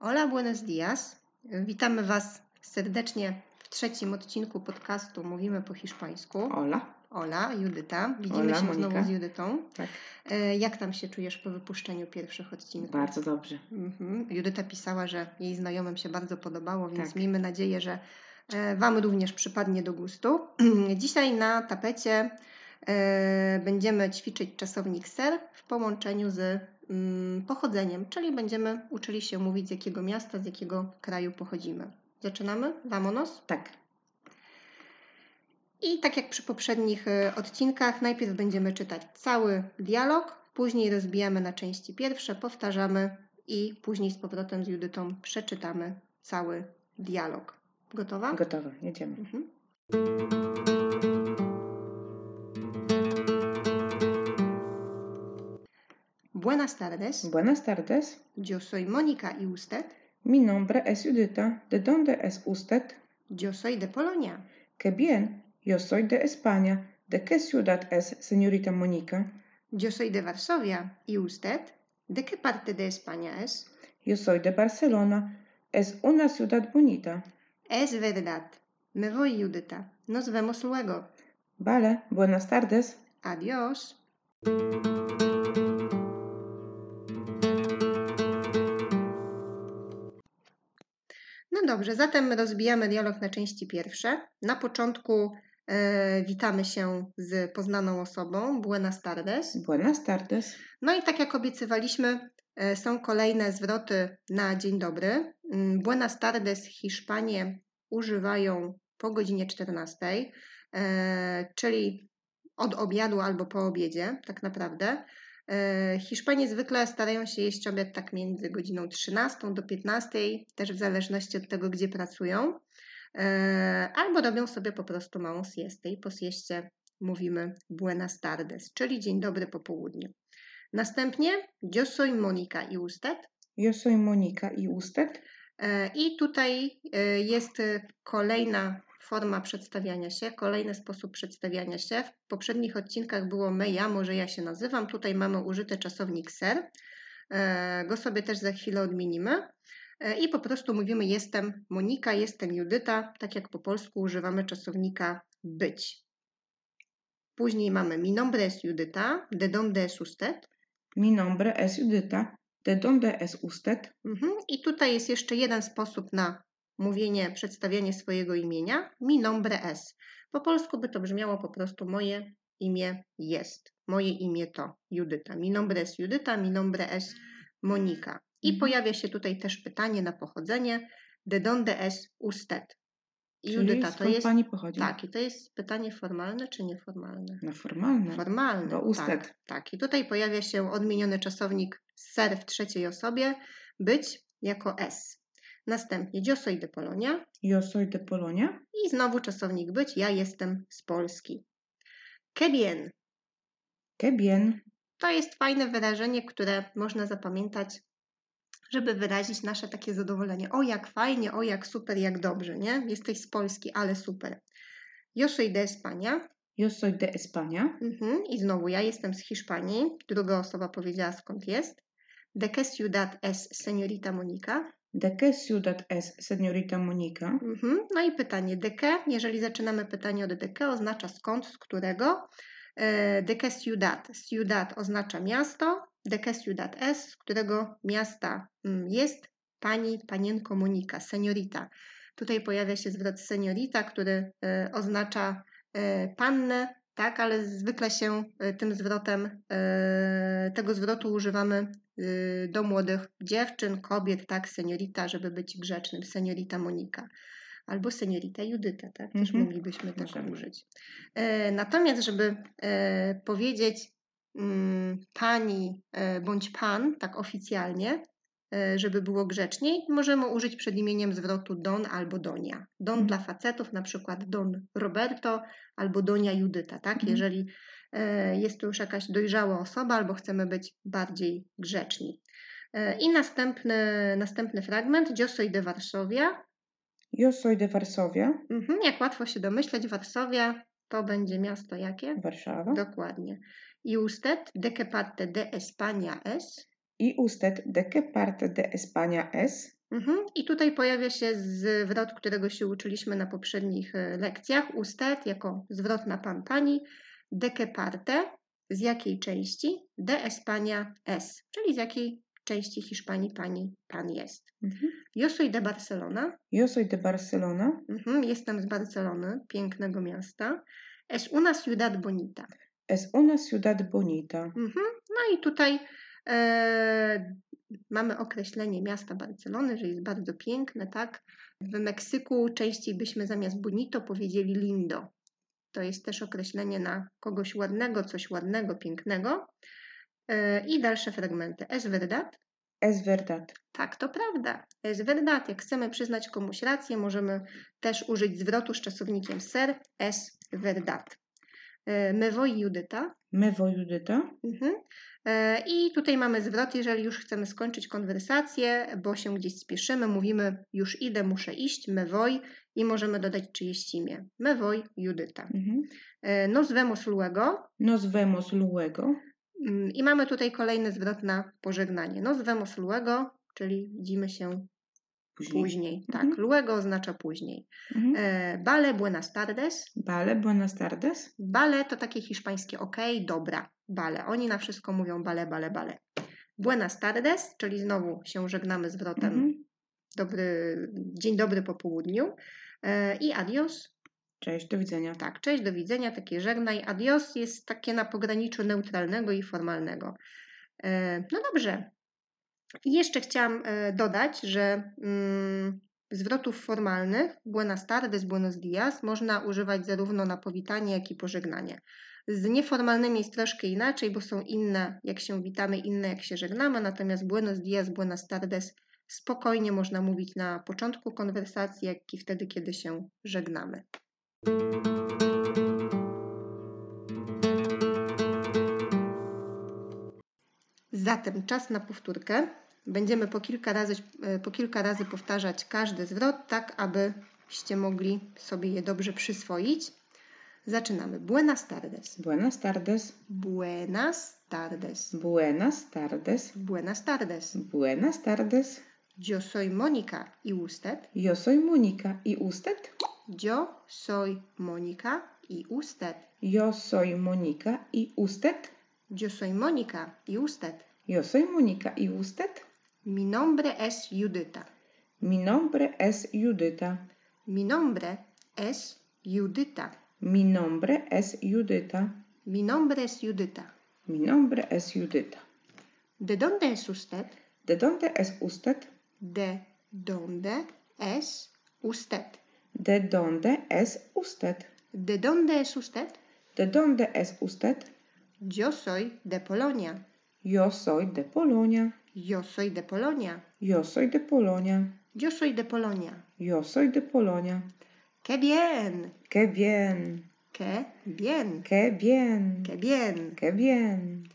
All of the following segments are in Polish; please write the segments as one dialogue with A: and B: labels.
A: Hola, buenos días. Witamy Was serdecznie w trzecim odcinku podcastu Mówimy po hiszpańsku.
B: Ola.
A: Ola, Judyta. Widzimy
B: Ola,
A: się
B: Monika.
A: znowu z Judytą.
B: Tak.
A: E, Jak tam się czujesz po wypuszczeniu pierwszych odcinków?
B: Bardzo dobrze.
A: Mhm. Judyta pisała, że jej znajomym się bardzo podobało, więc
B: Tak.
A: miejmy nadzieję, że e, Wam również przypadnie do gustu. Dzisiaj na tapecie e, będziemy ćwiczyć czasownik ser w połączeniu z mm, pochodzeniem, czyli będziemy uczyli się mówić z jakiego miasta, z jakiego kraju pochodzimy. Zaczynamy? Vamonos?
B: Tak.
A: I tak jak przy poprzednich e, odcinkach, najpierw będziemy czytać cały dialog, później rozbijamy na części pierwsze, powtarzamy i później z powrotem z Judytą przeczytamy cały dialog. Gotowa?
B: Gotowe. Jedziemy.
A: Mhm. Buenas tardes,
B: Buenas tardes.
A: yo soy Mónica y usted,
B: Mi nombre es Judita. ¿De dónde es usted?
A: yo soy de Polonia.
B: Qué bien. Yo soy de España. ¿De qué ciudad es, señorita Mónica?
A: Yo soy de Varsovia y usted, ¿de qué parte de España es?
B: Yo soy de Barcelona. Es una ciudad bonita.
A: Es verdad. Me voy, Judita. Nos vemos luego.
B: Vale. Buenas tardes.
A: Adiós. No dobrze, zatem rozbijamy dialog na części pierwsze. Na początku e, witamy się z poznaną osobą. Buenas tardes.
B: Buenas tardes.
A: No i tak jak obiecywaliśmy, e, są kolejne zwroty na dzień dobry. Mm, Buenas tardes Hiszpanie używają po godzinie 14, e, czyli od obiadu albo po obiedzie, tak naprawdę. E, Hiszpanie zwykle starają się jeść obiad tak między godziną 13 do 15, też w zależności od tego, gdzie pracują. E, Albo robią sobie po prostu małą siestę i po sieście mówimy buenas tardes, czyli dzień dobry po południu. Następnie yo soy Monika i usted.
B: Yo soy Mónica. ¿Y usted?
A: E, I tutaj e, jest e, kolejna forma przedstawiania się, kolejny sposób przedstawiania się. W poprzednich odcinkach było me, ja, może ja się nazywam. Tutaj mamy użyty czasownik ser. E, Go sobie też za chwilę odmienimy. E, I po prostu mówimy jestem Monika, jestem Judyta, tak jak po polsku używamy czasownika być. Później mamy mi nombre es Judyta, de donde es usted.
B: Mi nombre es Judita. ¿De dónde es usted?
A: Mhm. I tutaj jest jeszcze jeden sposób na mówienie, przedstawianie swojego imienia. Mi nombre es. Po polsku by to brzmiało po prostu moje imię jest. Moje imię to Judyta. Mi nombre es Judyta, mi nombre es Monika. I
B: Mhm.
A: pojawia się tutaj też pytanie na pochodzenie. De donde es usted? I
B: Czyli
A: Judyta to
B: skąd
A: jest...
B: pani pochodzi?
A: Tak, i to jest pytanie formalne czy nieformalne?
B: No formalne.
A: Formalny.
B: Bo usted.
A: Tak, tak. I tutaj pojawia się odmieniony czasownik ser w trzeciej osobie, być jako s. Następnie yo soy de Polonia
B: Yo soy de Polonia.
A: i znowu czasownik być, ja jestem z Polski. Que bien.
B: Qué bien.
A: To jest fajne wyrażenie, które można zapamiętać, żeby wyrazić nasze takie zadowolenie. O jak fajnie, o jak super, jak dobrze, nie? Jesteś z Polski, ale super. Yo soy de España
B: Yo soy de España.
A: Mhm. I znowu ja jestem z Hiszpanii. Druga osoba powiedziała skąd jest. De qué ciudad es señorita Monika?
B: ¿De qué ciudad es señorita Mónica?
A: Mhm. No i pytanie de qué. Jeżeli zaczynamy pytanie od de qué, oznacza skąd, z którego. E, De qué ciudad. Ciudad oznacza miasto. De qué ciudad es, z którego miasta mm, jest pani, panienko Monika, seniorita. Tutaj pojawia się zwrot seniorita, który e, oznacza e, pannę, tak, ale zwykle się e, tym zwrotem, e, tego zwrotu używamy e, do młodych dziewczyn, kobiet, tak, seniorita, żeby być grzecznym, seniorita Monika. Albo seniorita Judyta, tak? Też
B: Mhm.
A: moglibyśmy tak
B: Możemy.
A: użyć. E, natomiast, żeby e, powiedzieć mm, pani e, bądź pan, tak oficjalnie, e, żeby było grzeczniej, możemy użyć przed imieniem zwrotu don albo donia. Don
B: Mhm.
A: dla facetów, na przykład don Roberto albo donia Judyta, tak?
B: Mhm.
A: Jeżeli e, jest to już jakaś dojrzała osoba albo chcemy być bardziej grzeczni. E, I następny, następny fragment, Yo soy de Varsovia.
B: Yo soy de Varsovia.
A: Mhm, jak łatwo się domyśleć, Warsowia to będzie miasto jakie?
B: Warszawa.
A: Dokładnie. I usted, de qué parte de España es?
B: y usted de qué parte de España es?
A: Mhm. I tutaj pojawia się zwrot, którego się uczyliśmy na poprzednich e, lekcjach. Usted jako zwrot na pan, pani. De qué parte, z jakiej części? De España es, czyli z jakiej części Hiszpanii pani, pan jest. Yo soy de Barcelona.
B: Yo soy de Barcelona.
A: Mhm. Jestem z Barcelony, pięknego miasta. Es una ciudad bonita.
B: Es una ciudad bonita.
A: Mhm. No i tutaj e, mamy określenie miasta Barcelony, że jest bardzo piękne, tak? W Meksyku częściej byśmy zamiast bonito powiedzieli lindo. To jest też określenie na kogoś ładnego, coś ładnego, pięknego. E, I dalsze fragmenty. Es verdad?
B: Es verdad.
A: Tak, to prawda. Es verdad. Jak chcemy przyznać komuś rację, możemy też użyć zwrotu z czasownikiem ser. Es verdad. E, Me voy, Judyta.
B: Me voy, Judyta.
A: Mhm. E, I tutaj mamy zwrot, jeżeli już chcemy skończyć konwersację, bo się gdzieś spieszymy, mówimy już idę, muszę iść, me voy i możemy dodać czyjeś imię. Me voy, Judyta.
B: Mhm.
A: E, Nos vemos luego.
B: Nos vemos luego.
A: Mm, I mamy tutaj kolejny zwrot na pożegnanie. Nos vemos luego, czyli widzimy się później. Tak,
B: Mhm.
A: luego oznacza później.
B: Mhm.
A: E, Vale, buenas tardes.
B: Vale, buenas tardes.
A: Bale to takie hiszpańskie ok, dobra, bale. Oni na wszystko mówią bale, bale, bale. Buenas tardes, czyli znowu się żegnamy zwrotem
B: Mhm.
A: dobry, dzień dobry po południu. E, I adios,
B: Cześć, do widzenia.
A: tak, cześć, do widzenia, takie żegnaj. Adios jest takie na pograniczu neutralnego i formalnego. E, No dobrze. I jeszcze chciałam e, dodać, że mm, zwrotów formalnych buenas tardes, buenos dias można używać zarówno na powitanie, jak i pożegnanie. Z nieformalnymi jest troszkę inaczej, bo są inne jak się witamy, inne jak się żegnamy, natomiast buenos dias, buenas tardes spokojnie można mówić na początku konwersacji, jak i wtedy, kiedy się żegnamy. Zatem czas na powtórkę. Będziemy po kilka razy, e, po kilka razy powtarzać każdy zwrot, tak abyście mogli sobie je dobrze przyswoić. Zaczynamy. Buenas tardes.
B: Buenas tardes.
A: Buenas tardes.
B: Buenas tardes.
A: Buenas tardes.
B: Buenas tardes.
A: Yo soy Monika i usted.
B: Yo soy Mónica. ¿Y usted?
A: Yo soy Monika i usted.
B: Yo soy Mónica. ¿Y usted?
A: Yo soy Monika i usted.
B: Yo soy Mónica. ¿Y usted?
A: Mi nombre es Judyta.
B: Mi nombre es Judita.
A: Mi nombre es Judyta.
B: Mi nombre es Judita.
A: Mi nombre es Judyta.
B: Mi nombre es Judita.
A: ¿De dónde es usted?
B: ¿De dónde es usted?
A: ¿De dónde es usted?
B: ¿De dónde es usted?
A: ¿De dónde es usted?
B: ¿De dónde es usted?
A: Yo soy de Polonia.
B: Yo soy de Polonia.
A: Yo soy de Polonia.
B: Yo soy de Polonia.
A: Yo soy de Polonia.
B: Yo soy de Polonia.
A: ¡Qué bien!
B: ¡Qué bien!
A: ¡Qué bien!
B: ¡Qué bien!
A: ¡Qué bien!
B: ¡Qué bien!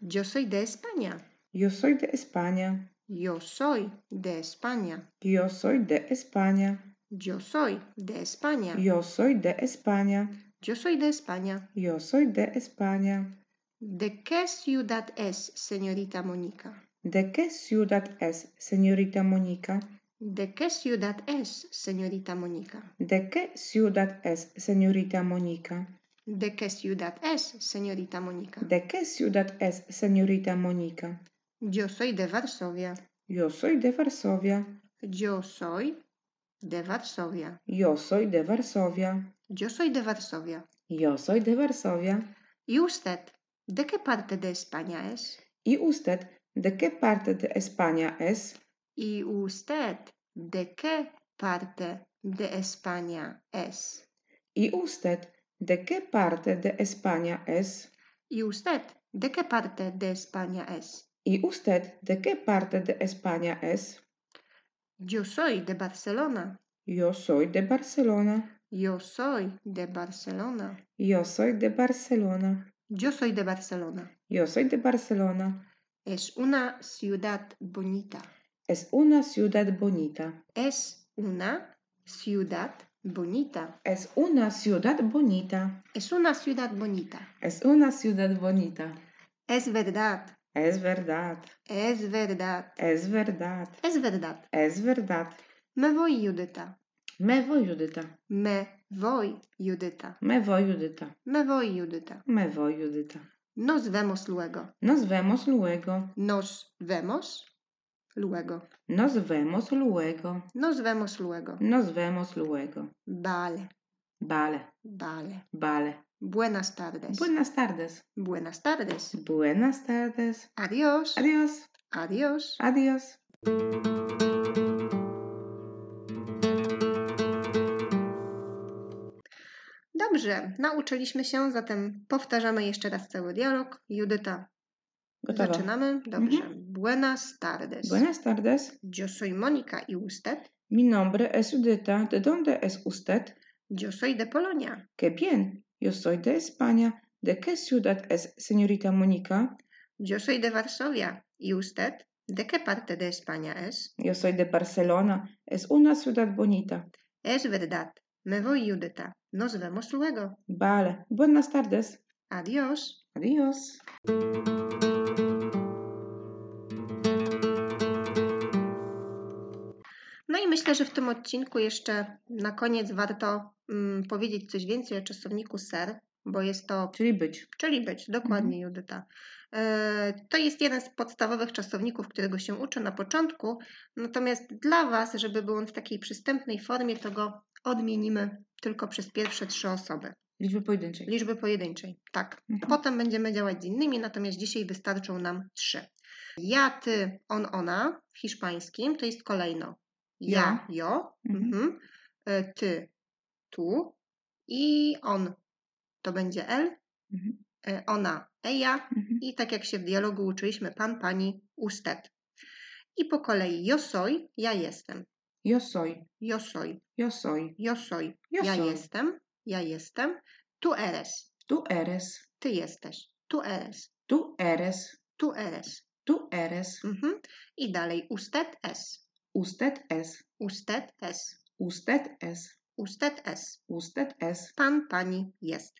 A: Yo soy de España.
B: Yo soy de España.
A: Yo soy de España.
B: Yo soy de España.
A: Yo soy de España.
B: Yo soy de España.
A: Yo soy de España.
B: Yo soy de España.
A: ¿De qué ciudad es, señorita Mónica?
B: ¿De qué ciudad es, señorita Mónica?
A: ¿De qué ciudad es, señorita Mónica?
B: ¿De qué ciudad es, señorita Mónica?
A: ¿De qué ciudad es, señorita Mónica?
B: ¿De qué ciudad es, señorita Mónica?
A: Yo soy de Varsovia.
B: Yo soy de Varsovia.
A: Yo soy de Varsovia.
B: Yo soy de Varsovia.
A: Yo soy de Varsovia.
B: Yo soy de Varsovia.
A: ¿Y usted? ¿De qué parte de España es?
B: ¿Y usted de qué parte de España es?
A: ¿Y usted? ¿De qué parte de España es?
B: ¿Y usted de qué parte de España es?
A: ¿Y usted? ¿De qué parte de España es?
B: ¿Y usted de qué parte de España es?
A: Yo soy de Barcelona.
B: Yo soy de Barcelona.
A: Yo soy de Barcelona.
B: Yo soy de Barcelona.
A: Yo soy de Barcelona.
B: Yo soy de Barcelona.
A: Es una ciudad bonita.
B: Es una ciudad bonita.
A: Es una ciudad bonita.
B: Es una ciudad bonita.
A: Es una ciudad bonita.
B: Es una ciudad bonita.
A: Es verdad.
B: Es verdad.
A: Es verdad.
B: Es verdad.
A: Es verdad.
B: Es verdad.
A: Me voy Judyta.
B: Me voy Judyta.
A: Me voy Judyta.
B: Me voy Judyta.
A: Me voy Judyta.
B: Me voy Judyta.
A: Nos vemos luego.
B: Nos vemos luego.
A: Nos vemos luego.
B: Nos vemos luego.
A: Nos vemos luego.
B: Nos vemos luego.
A: Vale,
B: Vale.
A: vale.
B: Vale.
A: Buenas tardes.
B: Buenas tardes.
A: Buenas tardes.
B: Buenas tardes.
A: Adiós.
B: Adiós.
A: Adiós.
B: Adiós.
A: Dobrze, nauczyliśmy się, zatem powtarzamy jeszcze raz cały dialog. Judyta,
B: Gotowa.
A: zaczynamy. Dobrze. Buenas tardes.
B: Buenas tardes.
A: Yo soy Mónica y usted.
B: Mi nombre es Judita. ¿De dónde es usted?
A: Yo soy de Polonia.
B: Qué bien. Yo soy de España. ¿De qué ciudad es señorita Mónica?
A: Yo soy de Varsovia. ¿Y usted? ¿De qué parte de España es?
B: Yo soy de Barcelona. Es una ciudad bonita.
A: Es verdad. Me voy, Judita. Nos vemos luego.
B: Vale. Buenas tardes.
A: Adiós.
B: Adiós.
A: No i myślę, że w tym odcinku jeszcze na koniec warto mm, powiedzieć coś więcej o czasowniku ser, bo jest to,
B: Czyli być.
A: czyli być, dokładnie Judyta. E, To jest jeden z podstawowych czasowników, którego się uczy na początku, natomiast dla Was, żeby był on w takiej przystępnej formie, to go odmienimy tylko przez pierwsze trzy osoby,
B: Liczby pojedynczej.
A: liczby pojedynczej, tak.
B: Mhm.
A: Potem będziemy działać z innymi, natomiast dzisiaj wystarczą nam trzy. Ja, ty, on, ona w hiszpańskim to jest kolejno. Ja, jo,
B: Mhm.
A: mhm. E, ty, tu i on to będzie el,
B: Mhm.
A: e, ona, eja
B: Mhm.
A: i tak jak się w dialogu uczyliśmy pan, pani, usted. I po kolei yo soy, ja jestem.
B: Yo soy.
A: Yo soy,
B: Yo soy.
A: yo soy,
B: Yo
A: ja
B: soy.
A: jestem, ja jestem. Tu eres,
B: Tú eres.
A: ty jesteś. Tu eres,
B: Tú eres.
A: tu eres.
B: Tú eres.
A: Mhm. I dalej usted es,
B: Usted es.
A: usted es,
B: Usted es.
A: usted es.
B: Usted es.
A: pan, pani jest.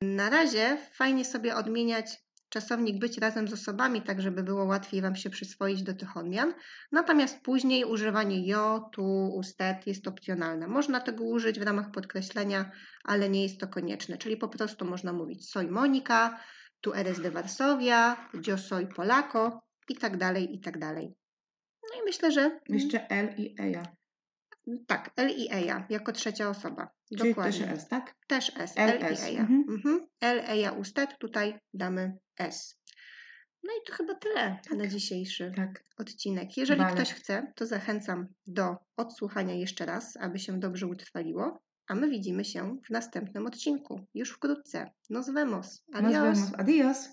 A: Na razie fajnie sobie odmieniać czasownik być razem z osobami, tak żeby było łatwiej Wam się przyswoić do tych odmian. Natomiast później używanie jo, tu, usted jest opcjonalne. Można tego użyć w ramach podkreślenia, ale nie jest to konieczne. Czyli po prostu można mówić soy Monika, tu eres de Varsovia, yo soy Polako i tak dalej, i tak dalej. No i myślę, że
B: Jeszcze L i E Eja.
A: tak, L i Eja jako trzecia osoba.
B: Czyli
A: Dokładnie.
B: też S, tak?
A: Też S, L,
B: LS,
A: i Eja.
B: mhm.
A: Mhm. L, Eja, usted, tutaj damy S. No i to chyba tyle na dzisiejszy
B: Tak.
A: odcinek. Jeżeli
B: Vale.
A: ktoś chce, to zachęcam do odsłuchania jeszcze raz, aby się dobrze utrwaliło. A my widzimy się w następnym odcinku, już wkrótce. Nos vemos.
B: Nos
A: Adios.
B: vemos. Adiós.